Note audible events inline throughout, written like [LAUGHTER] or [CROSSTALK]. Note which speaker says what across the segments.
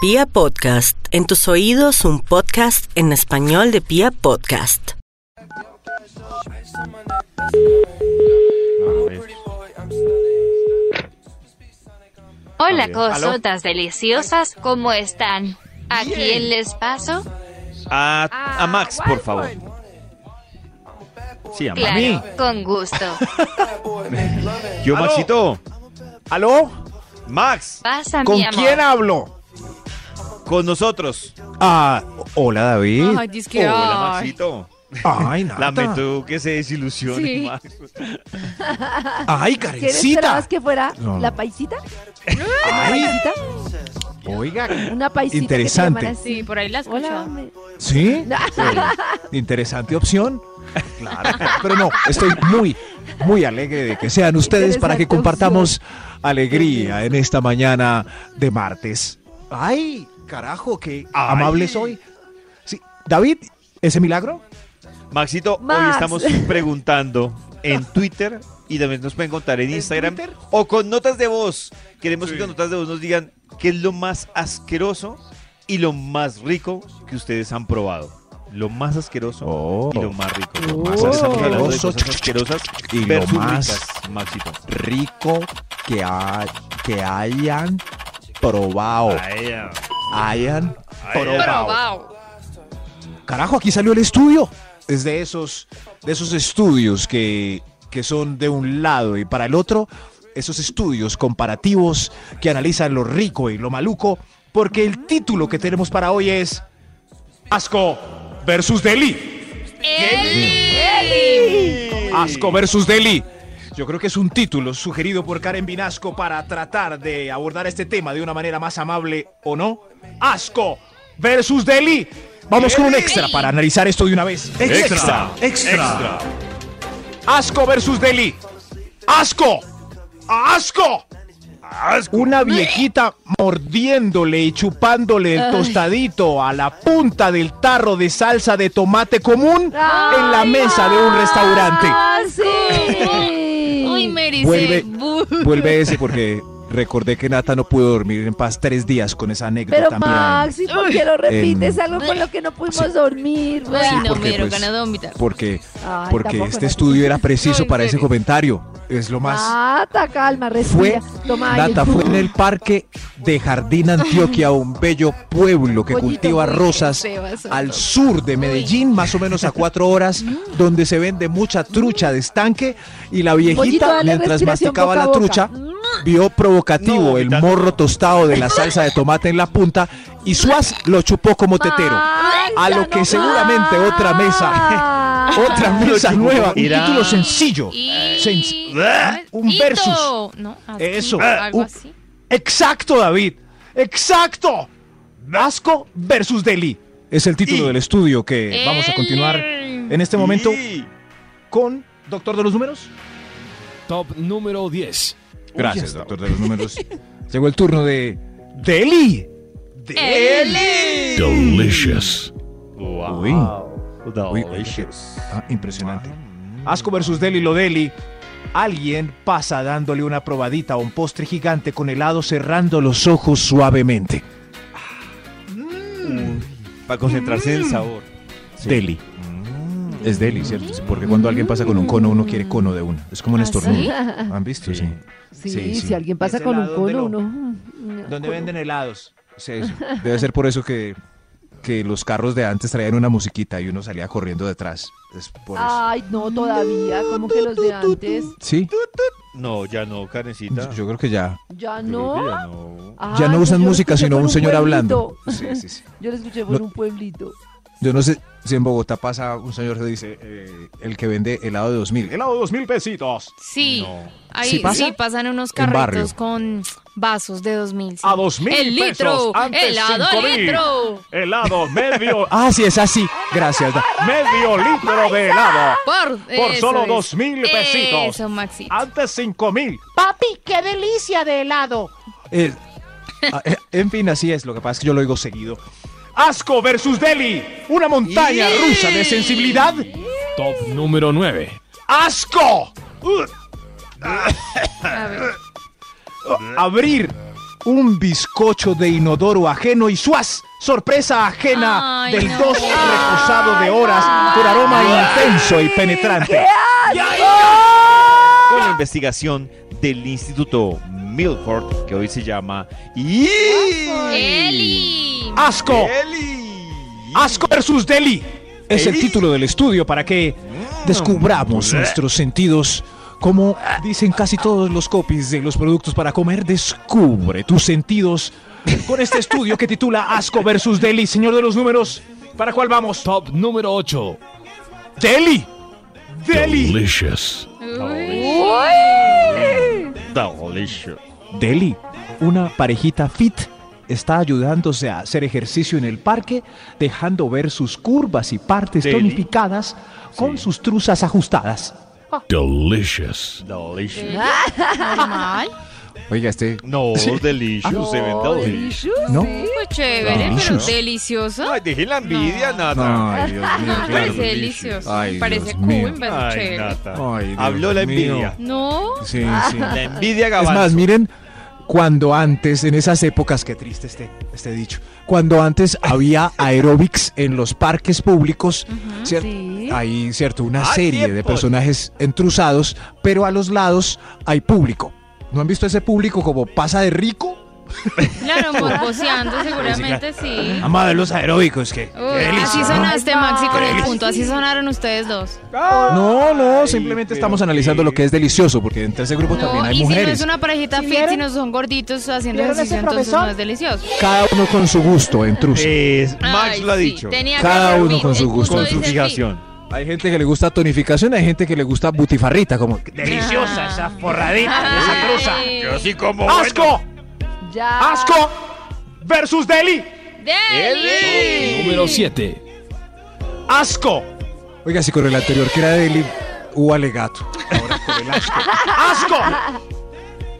Speaker 1: Pia Podcast, en tus oídos un podcast en español de Pia Podcast.
Speaker 2: Hola
Speaker 3: Audio.
Speaker 2: cosotas deliciosas, ¿cómo están? ¿A quién les paso?
Speaker 3: A, a Max, por favor. Sí, a Max.
Speaker 2: Claro, con gusto.
Speaker 3: Yo,
Speaker 4: Aló.
Speaker 3: Maxito.
Speaker 4: ¿Aló?
Speaker 3: Max,
Speaker 2: Pasa
Speaker 4: ¿Con
Speaker 2: mi amor.
Speaker 4: quién hablo?
Speaker 3: con nosotros.
Speaker 4: Ah, hola David.
Speaker 5: Ay, disque,
Speaker 3: Hola,
Speaker 5: ay.
Speaker 3: Maxito.
Speaker 4: Ay, nada.
Speaker 3: Lamento que se desilusione,
Speaker 5: Sí.
Speaker 3: Max.
Speaker 4: Ay,
Speaker 6: ¿Quién esperabas
Speaker 4: Karencita.
Speaker 6: que fuera?
Speaker 4: No, no.
Speaker 6: ¿La paisita? ¿Una
Speaker 4: Ay,
Speaker 6: paisita?
Speaker 4: oiga.
Speaker 6: Una paisita. que te
Speaker 4: Interesante.
Speaker 6: llaman así.
Speaker 5: Sí, por ahí la
Speaker 6: Hola,
Speaker 5: escucho.
Speaker 6: me- [LAUGHS]
Speaker 4: ¿Sí? Interesante opción. Claro. Pero no, estoy muy, muy alegre de que sean ustedes para que
Speaker 6: Interesante
Speaker 4: compartamos alegría en esta mañana de martes. Ay, carajo, qué amable soy. Sí, David, ¿ese milagro?
Speaker 3: Maxito, hoy
Speaker 6: Max.
Speaker 3: estamos preguntando en Twitter y también nos pueden contar en Instagram
Speaker 4: Twitter?
Speaker 3: o con notas de voz. Queremos que con notas de voz nos digan qué es lo más asqueroso y lo más rico que ustedes han probado. Lo más asqueroso
Speaker 4: Oh.
Speaker 3: y lo más rico.
Speaker 4: Lo más
Speaker 3: Estamos hablando de
Speaker 4: asqueroso
Speaker 3: cosas asquerosas
Speaker 4: y lo
Speaker 3: versus
Speaker 4: más-
Speaker 3: ricas, Maxito.
Speaker 4: rico que, ha- que hayan probado. Hayan probado. Carajo, aquí salió el estudio. Es de esos, de esos estudios que, que son de un lado y para el otro, esos estudios comparativos que analizan lo rico y lo maluco, porque el título que tenemos para hoy es Asco versus Deli. Asco versus Delhi. Yo creo que es un título sugerido por Karen Vinasco para tratar de abordar este tema de una manera más amable o no. Asco versus Delhi. Vamos con un extra para analizar esto de una vez.
Speaker 3: Extra,
Speaker 4: Asco versus Delhi. Asco. Asco. Una viejita mordiéndole y chupándole el tostadito a la punta del tarro de salsa de tomate común en la mesa de un restaurante.
Speaker 6: ¡Ah, sí!
Speaker 5: Uy, me ericé.
Speaker 4: Vuelve.
Speaker 5: Bu-
Speaker 4: Vuelve ese porque recordé que Nata no pudo dormir en paz tres días con esa anécdota.
Speaker 6: Pero
Speaker 4: mira.
Speaker 6: Maxi, ¿por qué lo repites? Algo con lo que no pudimos dormir. güey.
Speaker 5: Ay, no,
Speaker 4: porque,
Speaker 5: me dieron
Speaker 4: pues,
Speaker 5: ganas de vomitar.
Speaker 4: Porque,
Speaker 6: Ay,
Speaker 4: porque
Speaker 6: tampoco
Speaker 4: este
Speaker 6: era
Speaker 4: estudio era preciso
Speaker 5: No, en
Speaker 4: para ese
Speaker 5: serio.
Speaker 4: comentario. Es lo más.
Speaker 6: Nata, calma,
Speaker 4: Fue,
Speaker 6: respira. Toma aire.
Speaker 4: Nata fue en el parque de Jardín Antioquia, un bello pueblo que
Speaker 6: Pollito
Speaker 4: cultiva
Speaker 6: muy
Speaker 4: rosas
Speaker 5: Sebas,
Speaker 4: al sur de Medellín, más o menos a cuatro
Speaker 6: [LAUGHS]
Speaker 4: horas,
Speaker 6: Mm.
Speaker 4: donde se vende mucha trucha de estanque. Y la
Speaker 6: Pollito,
Speaker 4: viejita,
Speaker 6: dale
Speaker 4: mientras
Speaker 6: respiración
Speaker 4: masticaba
Speaker 6: boca
Speaker 4: la
Speaker 6: a boca. Mm.
Speaker 4: trucha, vio provocativo
Speaker 3: No,
Speaker 4: el
Speaker 3: tanto.
Speaker 4: morro tostado de la salsa de tomate en la punta y Suaz lo chupó como tetero.
Speaker 6: Maxa,
Speaker 4: A lo
Speaker 6: no
Speaker 4: que seguramente
Speaker 6: más.
Speaker 4: otra mesa, [LAUGHS]
Speaker 6: [LAUGHS]
Speaker 4: otra mesa nueva, un
Speaker 3: Era-
Speaker 4: título sencillo. Sen-
Speaker 5: Y...
Speaker 4: un
Speaker 5: Hito.
Speaker 4: versus.
Speaker 5: No, así,
Speaker 4: Eso. Ah, uh.
Speaker 5: Algo
Speaker 4: Un-
Speaker 5: así.
Speaker 4: Exacto, David. Exacto. Asco versus Delhi. Es el título
Speaker 3: Y-
Speaker 4: del estudio que vamos a continuar
Speaker 5: Eli.
Speaker 4: en este momento
Speaker 3: Y-
Speaker 4: con Doctor de los Números.
Speaker 7: Top número 10.
Speaker 4: Gracias, Doctor de los Números. [LAUGHS] Llegó el turno de Delhi.
Speaker 5: Eli.
Speaker 3: Wow.
Speaker 4: Uy. Uy, uy, qué-
Speaker 3: Delicious.
Speaker 4: Ah, impresionante. Asco versus Deli lo Deli. Alguien pasa dándole una probadita a un postre gigante con helado cerrando los ojos suavemente.
Speaker 3: Mm. Para concentrarse en el sabor.
Speaker 4: Mm. Deli. Es Deli, ¿cierto? Porque cuando alguien pasa con un cono, uno quiere cono de uno. Es como un
Speaker 5: ¿Ah, sí?
Speaker 4: estornudo. ¿Han visto? Sí.
Speaker 6: Sí,
Speaker 4: Sí, sí.
Speaker 6: si alguien pasa
Speaker 4: Ese
Speaker 6: con un
Speaker 4: lado, ¿dónde
Speaker 6: cono,
Speaker 4: lo-
Speaker 6: uno. mm,
Speaker 4: Donde
Speaker 6: cono.
Speaker 4: venden helados. Debe ser por eso que, que los carros de antes traían una musiquita y uno salía corriendo detrás. Es por eso.
Speaker 6: Ay, no, todavía. Como que los de antes.
Speaker 4: Sí,
Speaker 3: No, ya no, Karencita.
Speaker 4: yo creo que ya.
Speaker 6: Ya
Speaker 3: Yo creo que ya
Speaker 6: no.
Speaker 3: no.
Speaker 4: Ya no
Speaker 6: Ay, pues
Speaker 4: usan
Speaker 6: yo lo
Speaker 4: música,
Speaker 6: escuché
Speaker 4: sino
Speaker 6: por
Speaker 4: un señor
Speaker 6: pueblito.
Speaker 4: hablando. Sí, sí, sí.
Speaker 6: Yo lo escuché por
Speaker 4: No.
Speaker 6: un pueblito.
Speaker 4: Yo no sé si en Bogotá pasa un señor que dice eh, el que vende helado de 2000. Helado de 2000 pesitos.
Speaker 5: Sí.
Speaker 3: No.
Speaker 5: Ahí,
Speaker 4: ¿Sí
Speaker 5: ¿Sí,
Speaker 4: pasa?
Speaker 5: pasan unos
Speaker 4: En barrio.
Speaker 5: carritos con vasos de 2000. sí.
Speaker 4: A 2000
Speaker 5: El
Speaker 4: pesos,
Speaker 5: litro.
Speaker 4: antes
Speaker 5: helado al
Speaker 4: 5000.
Speaker 5: litro.
Speaker 4: Helado medio. ah, sí, es así. Gracias. da-
Speaker 5: [LAUGHS]
Speaker 4: medio litro de helado.
Speaker 5: Por, eso
Speaker 4: solo
Speaker 5: es.
Speaker 4: 2000 pesitos.
Speaker 5: Eso, Maxito.
Speaker 4: Antes 5000. Papi, qué delicia de helado. Eh, ah, en fin, así es. Lo que pasa es que yo lo oigo seguido. Asco versus Delhi. Una montaña rusa de sensibilidad.
Speaker 7: Top número 9.
Speaker 4: ¡Asco!
Speaker 5: A ver.
Speaker 4: abrir un bizcocho de inodoro ajeno y suaz, sorpresa ajena
Speaker 5: Ay,
Speaker 4: del
Speaker 5: no.
Speaker 4: dos recusado de horas con aroma intenso y penetrante.
Speaker 3: Con la investigación del Instituto Milford, que hoy se llama y
Speaker 2: Eli.
Speaker 4: ¡Asco! ¡Asco versus Deli! Es el título del estudio para que descubramos nuestros sentidos. Como dicen casi todos los copies de los productos para comer, descubre tus sentidos con este estudio que titula Asco versus Deli. Señor de los números, ¿para cuál vamos?
Speaker 7: Top número 8.
Speaker 4: ¡Deli! ¡Deli!
Speaker 7: Delicious.
Speaker 3: Delicious.
Speaker 4: Deli, una parejita fit, está ayudándose a hacer ejercicio en el parque, dejando ver sus curvas y partes
Speaker 3: Deli.
Speaker 4: tonificadas con sus truzas ajustadas.
Speaker 7: Delicious.
Speaker 3: Delicious.
Speaker 5: Normal.
Speaker 4: Oiga, este.
Speaker 3: No, delicious. Se
Speaker 6: Ah.
Speaker 3: ven delicious.
Speaker 4: ¿No?
Speaker 5: Pues chévere, pero
Speaker 4: Delicious.
Speaker 5: delicioso.
Speaker 3: Ay, dejé la envidia, Nata.
Speaker 4: Ay, Dios
Speaker 5: No, me parece
Speaker 4: delicioso.
Speaker 5: delicioso.
Speaker 4: Ay,
Speaker 5: me parece
Speaker 4: Dios
Speaker 5: cool,
Speaker 4: mío.
Speaker 5: me parece
Speaker 3: Ay,
Speaker 5: chévere.
Speaker 3: Nata.
Speaker 4: Ay, Dios
Speaker 3: Habló la
Speaker 4: mío.
Speaker 3: envidia.
Speaker 5: No.
Speaker 4: Sí, sí.
Speaker 3: La envidia
Speaker 4: Es
Speaker 3: Gabanzo.
Speaker 4: más, miren, cuando antes, en esas épocas, qué triste este, este dicho, cuando antes había aeróbics en los parques públicos, ¿cierto?
Speaker 6: Sí.
Speaker 4: hay cierto, una
Speaker 3: Ah,
Speaker 4: serie de
Speaker 3: tiempos.
Speaker 4: personajes entruzados, pero a los lados hay público. ¿No han visto ese público como pasa de rico?
Speaker 5: Claro, morboseando seguramente sí.
Speaker 4: Amado de los aeróbicos, que...
Speaker 5: Uy, así sonaste, Maxi, con el punto. Así sonaron ustedes dos.
Speaker 4: No, no,
Speaker 3: Ay,
Speaker 4: simplemente
Speaker 3: pero
Speaker 4: estamos analizando
Speaker 3: qué.
Speaker 4: lo que es delicioso, porque entre ese grupo también
Speaker 5: No,
Speaker 4: hay
Speaker 5: y si no
Speaker 4: mujeres.
Speaker 5: es una parejita fit, si no son gorditos haciendo ejercicio, entonces no es delicioso.
Speaker 4: Cada uno con su gusto entruso.
Speaker 3: Es- Max
Speaker 5: Ay,
Speaker 3: lo ha
Speaker 5: sí,
Speaker 3: dicho.
Speaker 5: tenía que
Speaker 4: Cada
Speaker 5: hacer
Speaker 4: uno
Speaker 5: fit,
Speaker 4: con su
Speaker 5: el punto
Speaker 4: gusto.
Speaker 3: Con
Speaker 5: dice
Speaker 3: su
Speaker 5: fit.
Speaker 3: fijación.
Speaker 4: Hay gente que le gusta tonificación, hay gente que le gusta butifarrita, como...
Speaker 5: Deliciosa esa forradita, esa trusa.
Speaker 3: Yo sí como
Speaker 4: ¡Asco!
Speaker 6: Ya.
Speaker 4: ¡Asco! Versus Deli.
Speaker 7: Número 7.
Speaker 4: ¡Asco! Oiga, si con el anterior que era Deli, hubo alegato. Ahora con el asco. ¡Asco!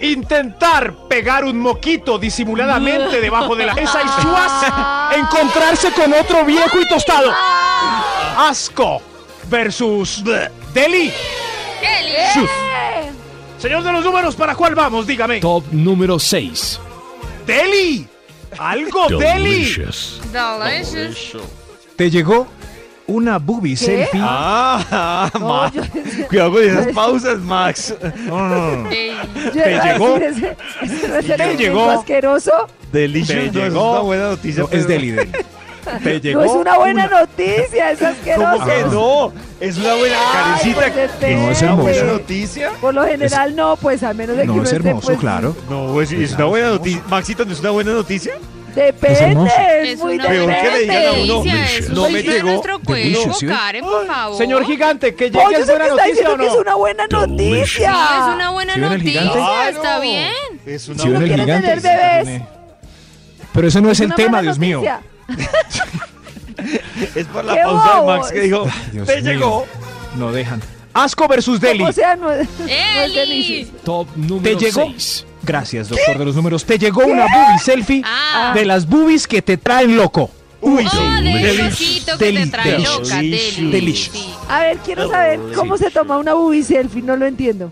Speaker 4: Intentar pegar un moquito
Speaker 5: [LAUGHS]
Speaker 4: disimuladamente debajo de la mesa y
Speaker 5: Ah.
Speaker 4: suaz encontrarse con otro viejo y tostado.
Speaker 5: Ah.
Speaker 4: ¡Asco! Versus Deli. Sus. Señor de los números, ¿para cuál vamos? Dígame.
Speaker 7: Top número 6.
Speaker 4: ¡Deli! ¡Algo Deli!
Speaker 7: Delicious.
Speaker 4: Te llegó una boobie selfie.
Speaker 3: Ah,
Speaker 6: No,
Speaker 3: Max.
Speaker 6: yo decía-
Speaker 3: Cuidado con esas pausas, Max.
Speaker 6: yo
Speaker 4: Te
Speaker 6: iba a
Speaker 4: llegó.
Speaker 6: decir ese- ese elemento
Speaker 4: llegó.
Speaker 6: asqueroso.
Speaker 3: Delicious.
Speaker 4: Te
Speaker 3: no,
Speaker 4: llegó.
Speaker 3: Es una buena noticia.
Speaker 4: No, es
Speaker 3: pero-
Speaker 4: Deli
Speaker 6: [LAUGHS]
Speaker 4: Deli. Te llegó.
Speaker 6: No es una buena noticia, es asqueroso.
Speaker 3: ¿Cómo que no? Es una buena
Speaker 6: Ay,
Speaker 3: carecita.
Speaker 6: pues, espere.
Speaker 4: No, es
Speaker 3: ¿Una buena
Speaker 4: hermoso.
Speaker 3: noticia?
Speaker 6: Por lo general no, pues a menos de que
Speaker 4: No,
Speaker 6: uno
Speaker 4: es
Speaker 6: esté,
Speaker 4: hermoso,
Speaker 6: pues,
Speaker 4: claro.
Speaker 3: No, es, es una buena noticia. Maxito, ¿no es una buena noticia?
Speaker 4: Es
Speaker 6: Depende,
Speaker 4: hermoso.
Speaker 6: es,
Speaker 5: Es
Speaker 6: muy
Speaker 5: una
Speaker 3: Peor que le digan a uno,
Speaker 5: delicia, eso
Speaker 3: no
Speaker 5: sí
Speaker 3: me
Speaker 5: está en
Speaker 3: llegó,
Speaker 5: nuestro cuerpo,
Speaker 4: delicious, ¿sí ve?
Speaker 5: Karen, por favor.
Speaker 4: Señor gigante, que
Speaker 6: Pollo
Speaker 4: llegue es
Speaker 6: es el que
Speaker 4: buena
Speaker 6: está
Speaker 4: noticia
Speaker 6: diciendo
Speaker 4: o
Speaker 6: que es
Speaker 4: no.
Speaker 6: una buena noticia.
Speaker 5: No, es una buena
Speaker 4: ¿Sí ven el
Speaker 5: noticia,
Speaker 4: gigante?
Speaker 5: está
Speaker 3: Claro.
Speaker 5: bien.
Speaker 3: Es una
Speaker 4: Si ven
Speaker 3: buena
Speaker 4: el
Speaker 6: quieren
Speaker 4: gigante.
Speaker 6: pues,
Speaker 4: pues,
Speaker 6: tener bebés. Pues,
Speaker 4: Pero ese no es
Speaker 6: Es
Speaker 4: el
Speaker 6: una
Speaker 4: tema,
Speaker 6: buena
Speaker 4: Dios mío.
Speaker 6: noticia.
Speaker 3: Es por la
Speaker 6: ¡Qué
Speaker 3: pausa de
Speaker 6: bobos!
Speaker 3: Max que dijo,
Speaker 4: Dios
Speaker 3: te
Speaker 4: mío.
Speaker 3: llegó.
Speaker 4: No dejan. Asco versus Deli.
Speaker 6: O sea, no, [LAUGHS] es- no es
Speaker 5: Eli.
Speaker 6: delicioso.
Speaker 7: Top
Speaker 4: ¿Te
Speaker 7: número
Speaker 4: llegó?
Speaker 7: 6.
Speaker 4: Gracias, doctor de los números. Te llegó una boobie selfie
Speaker 5: Ah.
Speaker 4: de las boobies que te traen loco.
Speaker 3: Uy,
Speaker 5: Oh, deliciosito que te
Speaker 4: Deli-
Speaker 5: trae
Speaker 4: delicious.
Speaker 5: loca, deli.
Speaker 4: Delicious.
Speaker 5: sí.
Speaker 6: A ver, quiero saber cómo se toma una boobie selfie, no lo entiendo.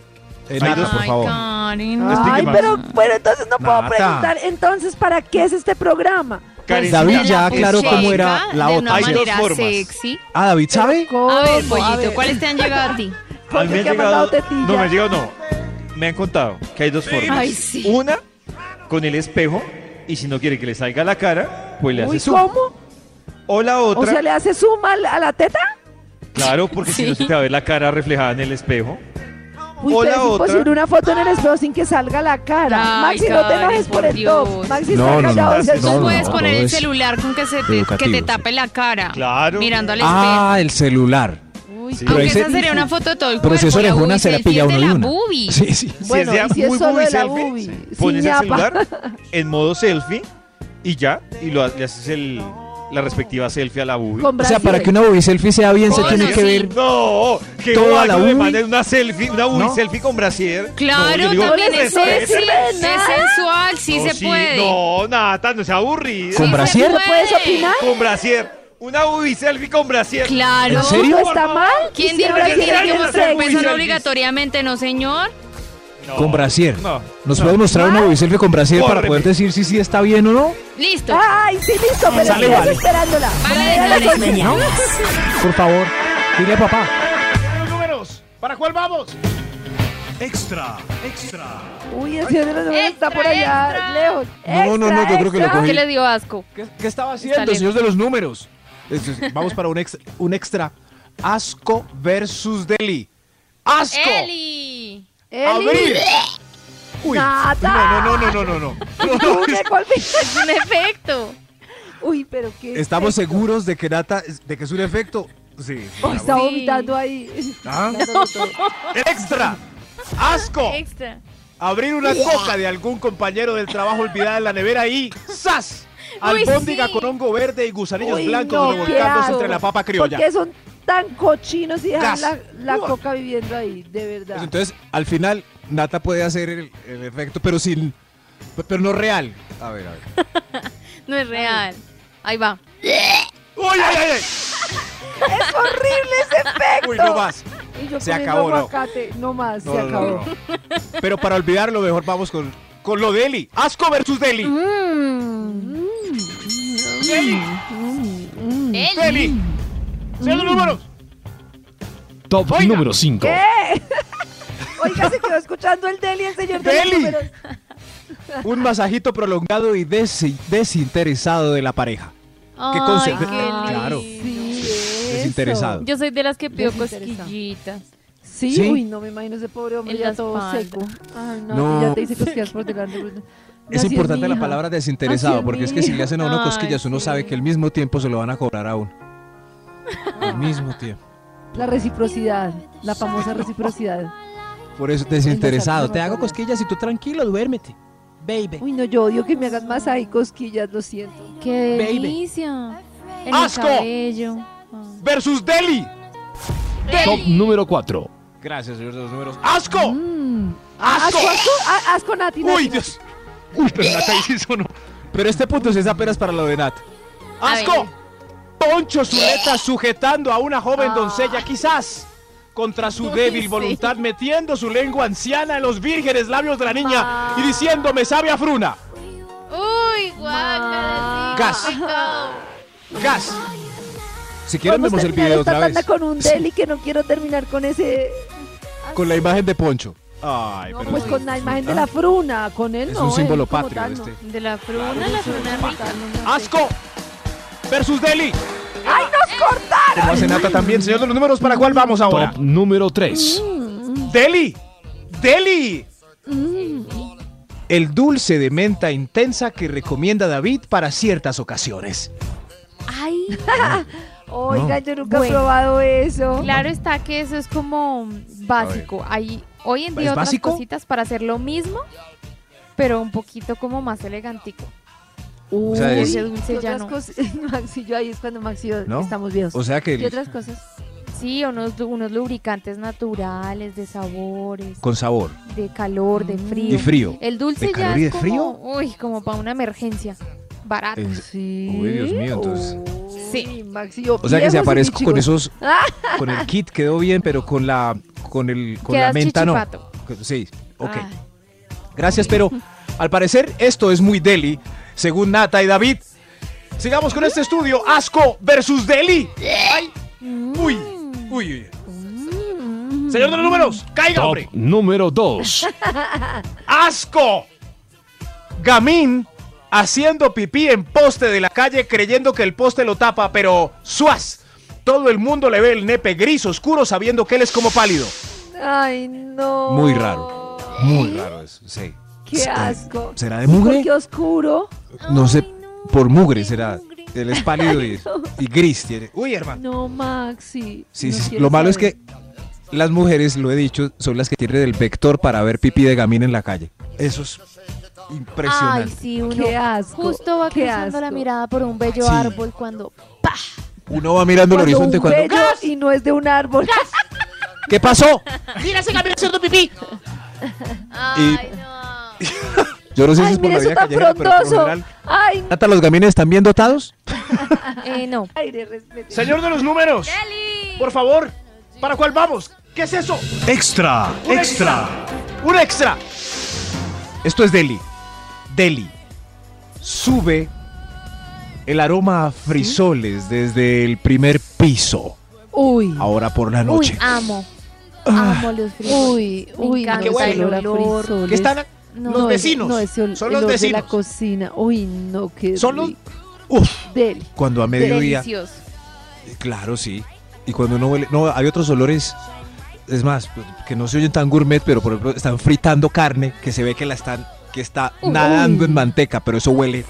Speaker 4: Eh,
Speaker 3: Ay,
Speaker 4: Nata, por
Speaker 5: Ay,
Speaker 4: favor.
Speaker 5: Karen.
Speaker 6: Ay,
Speaker 3: más.
Speaker 6: pero bueno, entonces no puedo
Speaker 4: Este, Nata.
Speaker 6: preguntar. Entonces, ¿para qué es este programa?
Speaker 3: Karencita,
Speaker 4: Pues, David
Speaker 5: De
Speaker 4: ya
Speaker 5: la
Speaker 4: aclaró
Speaker 5: pucheca,
Speaker 4: cómo era la
Speaker 5: pues, de
Speaker 4: otra.
Speaker 5: una
Speaker 3: Hay dos
Speaker 5: manera
Speaker 3: formas.
Speaker 5: sexy.
Speaker 4: Ah, David, ¿sabe?
Speaker 5: A ver,
Speaker 6: ¿Cómo? A
Speaker 5: pollito,
Speaker 6: ver.
Speaker 5: ¿cuáles te han llegado a ti?
Speaker 3: a mí me
Speaker 6: Porque
Speaker 3: ha
Speaker 6: te ha
Speaker 3: llegado,
Speaker 6: mandado tetilla.
Speaker 3: no, me ha llegado, no. Me han contado que hay dos formas.
Speaker 5: Ay, sí.
Speaker 3: Una, con el espejo, y si no quiere que le salga la cara, pues le
Speaker 6: Uy,
Speaker 3: hace zoom.
Speaker 6: ¿cómo?
Speaker 3: O la
Speaker 6: O
Speaker 3: otra,
Speaker 6: sea, ¿le hace suma a la teta?
Speaker 3: claro, porque si no se te va a ver la cara reflejada en el espejo.
Speaker 6: Uy,
Speaker 3: O
Speaker 6: pero
Speaker 3: la
Speaker 6: es
Speaker 3: otra.
Speaker 6: imposible una foto en el espejo sin que salga la cara.
Speaker 5: Ay,
Speaker 6: Maxi, no te enojes
Speaker 5: Karen,
Speaker 6: por
Speaker 5: por
Speaker 6: el top.
Speaker 5: Dios.
Speaker 4: No,
Speaker 6: Maxi está
Speaker 4: no, no,
Speaker 6: callado.
Speaker 3: no,
Speaker 6: se
Speaker 5: Tú
Speaker 3: no,
Speaker 6: asustó.
Speaker 5: puedes
Speaker 4: no,
Speaker 5: poner
Speaker 4: todo
Speaker 5: el
Speaker 4: es
Speaker 5: celular con que, se te, que
Speaker 4: educativo,
Speaker 5: te
Speaker 4: sí.
Speaker 5: tape la cara.
Speaker 3: Claro.
Speaker 5: Mirando al espejo.
Speaker 4: Ah, el celular.
Speaker 5: Uy,
Speaker 3: sí.
Speaker 5: Aunque
Speaker 4: Pero
Speaker 5: esa
Speaker 4: ese-
Speaker 5: sería una foto de todo el
Speaker 4: Pero
Speaker 5: cuerpo.
Speaker 4: si es
Speaker 5: la
Speaker 4: orejona,
Speaker 5: boobie
Speaker 4: se la
Speaker 5: selfie
Speaker 4: pilla
Speaker 5: es
Speaker 4: uno
Speaker 5: de
Speaker 4: y
Speaker 5: la
Speaker 4: una.
Speaker 5: boobie.
Speaker 4: Sí, sí.
Speaker 6: Bueno,
Speaker 3: sea
Speaker 6: y si es
Speaker 3: muy
Speaker 6: solo
Speaker 3: boobie
Speaker 6: de la
Speaker 3: selfie,
Speaker 6: boobie, sin
Speaker 3: pones el
Speaker 6: ñapa.
Speaker 3: celular
Speaker 6: [LAUGHS]
Speaker 3: en modo selfie y ya, y lo, ha- le haces el, la respectiva selfie a la boobie.
Speaker 6: Con
Speaker 4: O sea,
Speaker 6: Brasil.
Speaker 4: para que una boobie selfie sea bien, se
Speaker 5: Coño,
Speaker 4: tiene que
Speaker 5: sí.
Speaker 4: ver
Speaker 3: No, que
Speaker 4: Toda
Speaker 3: toda
Speaker 4: la
Speaker 3: la le
Speaker 4: boobie.
Speaker 3: manden una selfie, una boobie
Speaker 4: No.
Speaker 3: selfie con brasier.
Speaker 5: Claro,
Speaker 3: No, yo digo,
Speaker 5: también
Speaker 3: ¿qué
Speaker 5: es
Speaker 6: eso no
Speaker 5: sexy.
Speaker 6: sirve de
Speaker 5: Es
Speaker 6: nada.
Speaker 5: sensual, sí
Speaker 3: No,
Speaker 5: se puede.
Speaker 3: No, Nata, no sea aburrida.
Speaker 4: con
Speaker 5: se
Speaker 4: brasier.
Speaker 5: puede.
Speaker 6: ¿Puedes opinar?
Speaker 3: Con brasier. Una boobie selfie con brasier.
Speaker 5: Claro.
Speaker 4: ¿En serio?
Speaker 6: ¿No está mal?
Speaker 5: ¿Quién
Speaker 6: Y si
Speaker 5: dijo
Speaker 6: ahora
Speaker 5: que
Speaker 6: quiere
Speaker 5: tiene que
Speaker 6: ser
Speaker 5: mostrar
Speaker 6: sexy.
Speaker 5: peso no obligatoriamente, no señor?
Speaker 4: con brasier.
Speaker 3: No.
Speaker 4: ¿Nos puedes mostrar una bodyselfie con brasier para
Speaker 3: Córreme.
Speaker 4: poder decir si sí está bien o no?
Speaker 5: Listo.
Speaker 4: Ah,
Speaker 6: Ay, sí, listo, pero
Speaker 4: Sale,
Speaker 6: estoy
Speaker 4: vale.
Speaker 6: esperándola.
Speaker 5: Vale,
Speaker 6: Mañana
Speaker 5: dale.
Speaker 6: con-
Speaker 1: Mañanas.
Speaker 4: Por favor, dile a papá.
Speaker 8: números. ¿Para cuál vamos?
Speaker 6: Uy, el señor de los números está por
Speaker 5: Extra,
Speaker 6: allá,
Speaker 5: extra.
Speaker 6: lejos.
Speaker 4: No, no, no, yo creo que lo
Speaker 6: Extra,
Speaker 4: cogí.
Speaker 5: ¿Qué le dio asco?
Speaker 4: ¿Qué, qué estaba
Speaker 5: Está
Speaker 4: haciendo, señor de los números? Es- es- Vamos para un extra, un extra. Asco versus Deli. ¡Asco!
Speaker 5: Eli.
Speaker 6: extra. Eli,
Speaker 4: ¡Abrir! ¡Uy!
Speaker 6: Nada.
Speaker 4: No, no, no, no, no, no,
Speaker 6: [LAUGHS]
Speaker 4: no. no.
Speaker 6: tú me golpeaste.
Speaker 5: Es un efecto.
Speaker 6: Uy, pero qué.
Speaker 4: Estamos
Speaker 6: efecto.
Speaker 4: seguros de que Nata, es- de que es un efecto. Sí. sí,
Speaker 6: Uy, está
Speaker 5: Sí.
Speaker 6: vomitando ahí.
Speaker 4: ¿Ah?
Speaker 6: Dándolo todo.
Speaker 4: ¡Extra! ¡Asco!
Speaker 5: Extra.
Speaker 4: Abrir una coca de algún compañero del trabajo olvidada en la nevera y ¡zas! Albóndiga
Speaker 5: sí.
Speaker 4: con hongo verde y gusanillos
Speaker 6: Uy,
Speaker 4: blancos
Speaker 6: no,
Speaker 4: revolcándose
Speaker 6: qué
Speaker 4: entre la papa criolla.
Speaker 6: ¿Por qué son tan cochinos y
Speaker 4: Gas.
Speaker 6: dejan
Speaker 4: Pues
Speaker 6: la, la
Speaker 4: Uah.
Speaker 6: coca viviendo ahí? De verdad.
Speaker 4: Entonces, al final, Nata puede hacer el, el efecto, pero sin. Pero no real. A ver, a ver.
Speaker 5: No es real. Ahí va.
Speaker 4: ¡Uy, ay, ay, ay!
Speaker 6: ¡Es horrible ese efecto!
Speaker 4: Uy, no más.
Speaker 6: Y yo
Speaker 4: Se
Speaker 6: comiendo
Speaker 4: acabó, no.
Speaker 6: aguacate. No, más,
Speaker 4: No,
Speaker 6: se
Speaker 4: no, no,
Speaker 6: acabó.
Speaker 4: no. Pero para olvidarlo, mejor vamos con, con lo Deli. Asco versus Deli.
Speaker 5: Eli. Mm.
Speaker 8: Eli. Señor de los números.
Speaker 7: Top
Speaker 8: Oiga.
Speaker 7: número 5.
Speaker 6: ¿Qué? Oiga, se quedó escuchando el Deli, el señor de
Speaker 4: Deli.
Speaker 6: los números.
Speaker 4: Un masajito prolongado y desi- desinteresado de la pareja.
Speaker 5: Ay,
Speaker 4: conse-
Speaker 5: qué
Speaker 4: Claro.
Speaker 5: lindo.
Speaker 6: Sí, eso.
Speaker 4: Desinteresado.
Speaker 5: Yo soy de las que pido
Speaker 6: Desinteresado.
Speaker 5: cosquillitas.
Speaker 6: Sí,
Speaker 4: Sí.
Speaker 6: uy, no me imagino ese pobre hombre
Speaker 5: En
Speaker 6: ya
Speaker 5: la
Speaker 6: todo
Speaker 5: espalda.
Speaker 6: seco. Ay, no,
Speaker 4: No.
Speaker 6: ya te dice cosquillas por delante. Gracias,
Speaker 4: Es importante la
Speaker 6: mija.
Speaker 4: palabra desinteresado,
Speaker 6: Así es,
Speaker 4: porque es que si le hacen a uno
Speaker 5: Ay,
Speaker 4: cosquillas, uno
Speaker 5: sí.
Speaker 4: sabe que al mismo tiempo se lo van a cobrar a uno.
Speaker 6: [LAUGHS]
Speaker 4: Al mismo tiempo.
Speaker 6: La reciprocidad, la famosa reciprocidad.
Speaker 4: Por eso, desinteresado.
Speaker 6: Exacto,
Speaker 4: Te hago
Speaker 6: Natalia.
Speaker 4: cosquillas y tú tranquilo, duérmete. Baby.
Speaker 6: Uy, no, yo odio que me hagan más ahí cosquillas, lo siento.
Speaker 5: Qué
Speaker 4: Baby.
Speaker 5: delicia. En
Speaker 8: Asco.
Speaker 5: El cabello.
Speaker 8: Versus Deli.
Speaker 7: Top número 4.
Speaker 4: Gracias, señor de los números.
Speaker 8: Asco.
Speaker 5: Mm.
Speaker 6: Asco,
Speaker 8: Asco.
Speaker 6: asco, a- asco, Nati, Nati,
Speaker 8: Uy,
Speaker 6: Nati.
Speaker 8: Dios.
Speaker 4: Uy, pero Nata hizo eso, no. Pero este punto sí es apenas para lo de Nat.
Speaker 5: A
Speaker 8: Asco.
Speaker 5: ver.
Speaker 4: Poncho Zuleta sujetando a una joven doncella, quizás contra su débil
Speaker 5: sí.
Speaker 4: voluntad, metiendo su lengua anciana en los vírgenes labios de la niña y diciendo, me sabe a fruna.
Speaker 5: Uy, guaca.
Speaker 4: Gas. Gas. Si quieren
Speaker 6: Vamos
Speaker 4: vemos
Speaker 6: a
Speaker 4: el
Speaker 6: terminar
Speaker 4: video
Speaker 6: esta
Speaker 4: otra vez.
Speaker 6: tanda con un Deli que no quiero terminar con ese...
Speaker 4: Con la imagen de Poncho. Ay,
Speaker 6: No,
Speaker 4: pero
Speaker 6: pues
Speaker 4: es-
Speaker 6: con la imagen de la fruna, con él
Speaker 4: es
Speaker 6: no.
Speaker 4: un
Speaker 6: él
Speaker 4: símbolo
Speaker 6: como
Speaker 4: patrio
Speaker 6: tal, no.
Speaker 4: este.
Speaker 5: De la fruna, la fruna rica.
Speaker 4: Asco versus Deli.
Speaker 6: ¡Ay, nos cortaron!
Speaker 4: Lo hace Nata también, señor de los números, ¿para cuál vamos ahora?
Speaker 7: Top número 3.
Speaker 4: Deli. Deli. Mm. El dulce de menta intensa que recomienda David para ciertas ocasiones.
Speaker 5: Ay,
Speaker 6: Oiga, yo nunca he
Speaker 5: Bueno.
Speaker 6: probado eso.
Speaker 5: claro está que eso es como básico. Hay hoy en
Speaker 4: ¿Es
Speaker 5: día otras
Speaker 4: básico?
Speaker 5: cositas para hacer lo mismo, pero un poquito como más elegantico.
Speaker 4: O sea,
Speaker 5: Uy,
Speaker 4: es-
Speaker 5: ese dulce ya
Speaker 6: otras
Speaker 5: no.
Speaker 6: cosas? [LAUGHS] Maxi, yo ahí es cuando Maxi y yo
Speaker 4: ¿No?
Speaker 6: estamos viejos.
Speaker 4: O sea que
Speaker 6: y otras cosas.
Speaker 5: Sí, unos, lu- unos lubricantes naturales, de sabores,
Speaker 4: con sabor
Speaker 5: de calor,
Speaker 6: Mm.
Speaker 5: de frío.
Speaker 4: y frío.
Speaker 5: El dulce
Speaker 4: ¿De
Speaker 5: ya
Speaker 4: calor y
Speaker 5: es
Speaker 4: de
Speaker 5: como,
Speaker 4: frío?
Speaker 5: uy, como para una emergencia. Barato.
Speaker 4: Eh,
Speaker 6: Sí.
Speaker 4: Uy, Dios mío, entonces.
Speaker 6: Sí. Maxi, y yo
Speaker 4: O sea que
Speaker 6: viejos y
Speaker 4: se aparezco con
Speaker 6: bichicos.
Speaker 4: esos, con el kit quedó bien, pero con la, con el, con la
Speaker 5: Quedas
Speaker 4: menta no.
Speaker 5: chichipato.
Speaker 4: Sí, ok.
Speaker 5: Ah,
Speaker 4: Gracias, pero al parecer esto es muy deli, según Nata y David. Sigamos con este estudio, Asco versus Deli. Ay, uy, uy, uy.
Speaker 8: Señor de los números. Caiga,
Speaker 7: Top
Speaker 8: hombre.
Speaker 7: número 2.
Speaker 4: Asco. Gamín haciendo pipí en poste de la calle creyendo que el poste lo tapa, pero suaz. Todo el mundo le ve el nepe gris oscuro sabiendo que él es como pálido.
Speaker 6: Ay, no.
Speaker 4: Muy raro, Muy raro eso, sí.
Speaker 6: Qué asco.
Speaker 4: ¿Será de mugre?
Speaker 6: Qué oscuro.
Speaker 4: No sé, por mugre será. Él es pálido y, y gris tiene. Uy, hermano.
Speaker 6: No, Maxi.
Speaker 4: Sí, sí,
Speaker 6: no
Speaker 4: sí.
Speaker 6: quiero
Speaker 4: Lo malo es
Speaker 6: saber.
Speaker 4: que las mujeres, lo he dicho, son las que tienen el vector para ver pipí de gamín en la calle. Eso es impresionante.
Speaker 5: Ay, sí, uno
Speaker 6: Qué asco.
Speaker 5: justo va
Speaker 6: qué
Speaker 5: cruzando la
Speaker 6: asco.
Speaker 5: mirada por un bello
Speaker 4: Sí.
Speaker 5: árbol cuando ¡pa!
Speaker 4: Uno va mirando el
Speaker 6: Cuando
Speaker 4: horizonte
Speaker 6: un
Speaker 4: cuando...
Speaker 6: bello y no es de un árbol.
Speaker 4: ¿Qué pasó?
Speaker 8: Mira ese camino haciendo pipí.
Speaker 5: Ay, no.
Speaker 4: [LAUGHS] Yo no sé si
Speaker 6: Ay,
Speaker 4: es por
Speaker 6: mira
Speaker 4: la
Speaker 6: eso
Speaker 4: vida
Speaker 6: tan
Speaker 4: callejera, pero por lo
Speaker 6: frondoso.
Speaker 4: general...
Speaker 6: Ay,
Speaker 4: ¿Nata, los gamines están bien dotados?
Speaker 5: Eh, no.
Speaker 6: aire, respeto.
Speaker 8: Señor de los números. Por favor. ¿Para cuál vamos? ¿Qué es eso?
Speaker 9: Extra,
Speaker 8: extra. Un extra.
Speaker 4: Esto es Delhi. Delhi. Sube el aroma a frisoles desde el primer piso.
Speaker 6: Uy,
Speaker 4: Ahora por la
Speaker 5: Uy,
Speaker 4: noche.
Speaker 5: amo.
Speaker 4: Ah.
Speaker 5: Amo los frijoles.
Speaker 6: uy, uy.
Speaker 5: encanta
Speaker 6: no,
Speaker 8: qué
Speaker 6: ese
Speaker 8: bueno.
Speaker 6: olor a
Speaker 5: olor.
Speaker 6: frisoles.
Speaker 8: ¿Qué están?
Speaker 5: No,
Speaker 8: Los
Speaker 6: No, ese-
Speaker 8: vecinos.
Speaker 6: No, ese ol-
Speaker 8: Son
Speaker 6: el
Speaker 8: los
Speaker 6: olor de
Speaker 8: vecinos.
Speaker 6: la cocina. Uy, no, qué
Speaker 8: Son los-
Speaker 6: rico.
Speaker 4: Uf,
Speaker 6: Deli.
Speaker 4: cuando a mediodía.
Speaker 5: Delicioso.
Speaker 4: Claro, sí. Y cuando uno huele. No, hay otros olores. Es más, pues, que no se oyen tan gourmet, pero por ejemplo están fritando carne que se ve que la están. que está
Speaker 6: Uy.
Speaker 4: nadando en manteca, pero eso huele.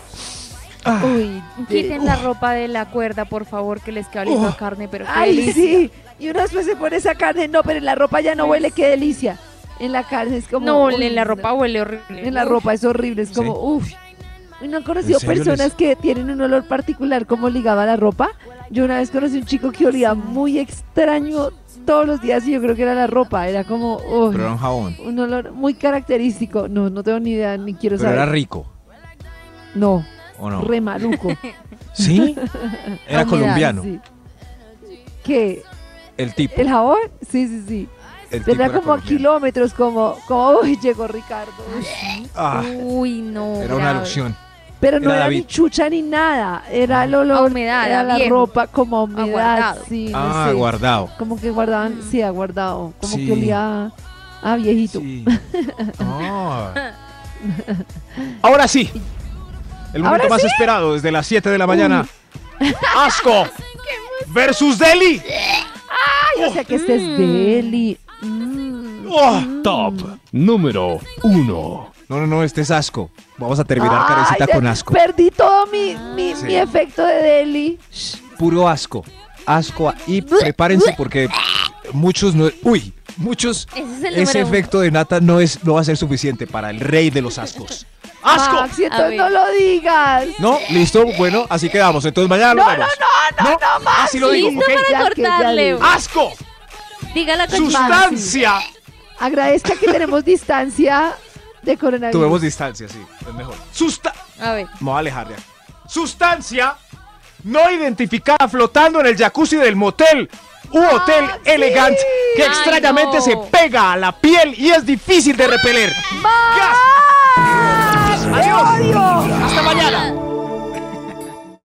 Speaker 4: Ah,
Speaker 6: Uy, deli.
Speaker 5: Quiten la ropa de la cuerda, por favor, que les queda oliendo a carne, pero qué
Speaker 6: Ay,
Speaker 5: delicia.
Speaker 6: sí. Y uno después se pone esa carne. No, pero en la ropa ya no huele. Qué delicia. En la carne es como.
Speaker 5: No,
Speaker 6: uy,
Speaker 5: en la
Speaker 6: no.
Speaker 5: ropa huele horrible.
Speaker 6: En la ropa es horrible, es como,
Speaker 4: Sí.
Speaker 6: uff. No han conocido
Speaker 4: serio, les-
Speaker 6: personas que tienen un olor particular como ligaba la ropa. Yo una vez conocí un chico que olía muy extraño todos los días y yo creo que era la ropa. Era como, uy,
Speaker 4: pero era un jabón.
Speaker 6: un olor muy característico. No, no tengo ni idea, ni quiero
Speaker 4: Pero era
Speaker 6: saber.
Speaker 4: rico,
Speaker 6: No,
Speaker 4: ¿o no?
Speaker 6: re Ah, maluco. [LAUGHS]
Speaker 4: ¿Sí? [LAUGHS]
Speaker 6: A
Speaker 4: Era
Speaker 6: mi
Speaker 4: colombiano.
Speaker 6: edad, sí. ¿Qué?
Speaker 4: El tipo.
Speaker 6: ¿El jabón? Sí, sí, sí.
Speaker 4: El tipo
Speaker 6: Era
Speaker 4: era
Speaker 6: como a
Speaker 4: colombiano.
Speaker 6: kilómetros, como, como, uy, llegó Ricardo.
Speaker 4: Ah,
Speaker 5: Uy, no.
Speaker 4: era una
Speaker 5: grave.
Speaker 4: alusión.
Speaker 6: Pero no
Speaker 4: Era
Speaker 6: era,
Speaker 4: David.
Speaker 6: ni chucha ni nada, era el olor,
Speaker 5: A humedad,
Speaker 6: era
Speaker 5: a
Speaker 6: la
Speaker 5: viejo.
Speaker 6: ropa como
Speaker 2: Ah,
Speaker 6: a humedad,
Speaker 5: Aguardado.
Speaker 6: sí, no
Speaker 4: Ah,
Speaker 6: sé.
Speaker 4: guardado.
Speaker 6: como que guardaban,
Speaker 5: Mm.
Speaker 6: sí, aguardado, como
Speaker 4: Sí.
Speaker 6: que olía a- a viejito.
Speaker 4: Sí. Ah.
Speaker 8: Ahora sí.
Speaker 4: El
Speaker 6: Ahora
Speaker 4: momento más esperado desde las 7 de la mañana.
Speaker 8: Asco. Versus Delhi.
Speaker 6: Ay, o sea
Speaker 2: Oh,
Speaker 6: que este es Deli. Mm.
Speaker 8: Oh,
Speaker 7: Top número 1.
Speaker 4: No, no, no, este es asco. Vamos a terminar
Speaker 6: Ay,
Speaker 4: carecita
Speaker 6: ya
Speaker 4: con asco.
Speaker 6: Perdí todo mi, mi,
Speaker 4: Sí.
Speaker 6: mi efecto de Deli.
Speaker 4: Puro asco. Asco. a- Y prepárense porque muchos no. Uy, muchos.
Speaker 2: Ese es el
Speaker 4: Ese
Speaker 2: número uno.
Speaker 4: efecto de nata no, es, no va a ser suficiente para el rey de los ascos.
Speaker 8: Asco.
Speaker 6: Max,
Speaker 2: A
Speaker 6: entonces
Speaker 2: ver.
Speaker 6: no lo digas.
Speaker 4: ¿No? ¿Listo? Bueno, así quedamos. Entonces mañana lo
Speaker 6: No, no,
Speaker 4: vemos.
Speaker 6: no, no, no, Max.
Speaker 4: así lo digo,
Speaker 2: Listo
Speaker 4: ok.
Speaker 2: para
Speaker 6: Ya que ya
Speaker 2: cortarle.
Speaker 6: digo.
Speaker 8: Asco.
Speaker 2: Diga la concha.
Speaker 8: Sustancia.
Speaker 6: Agradezca que tenemos distancia de coronavirus.
Speaker 4: Tuvimos distancia, sí. Es mejor.
Speaker 8: Susta-
Speaker 5: A ver.
Speaker 4: Me voy a alejar de aquí.
Speaker 8: sustancia no identificada flotando en el jacuzzi del motel u hotel
Speaker 6: ¡Ah, sí!
Speaker 8: elegante que
Speaker 2: Ay,
Speaker 8: extrañamente
Speaker 2: no.
Speaker 8: se pega a la piel y es difícil de repeler. ¡Gas!
Speaker 6: ¡Te odio!
Speaker 8: ¡Hasta mañana!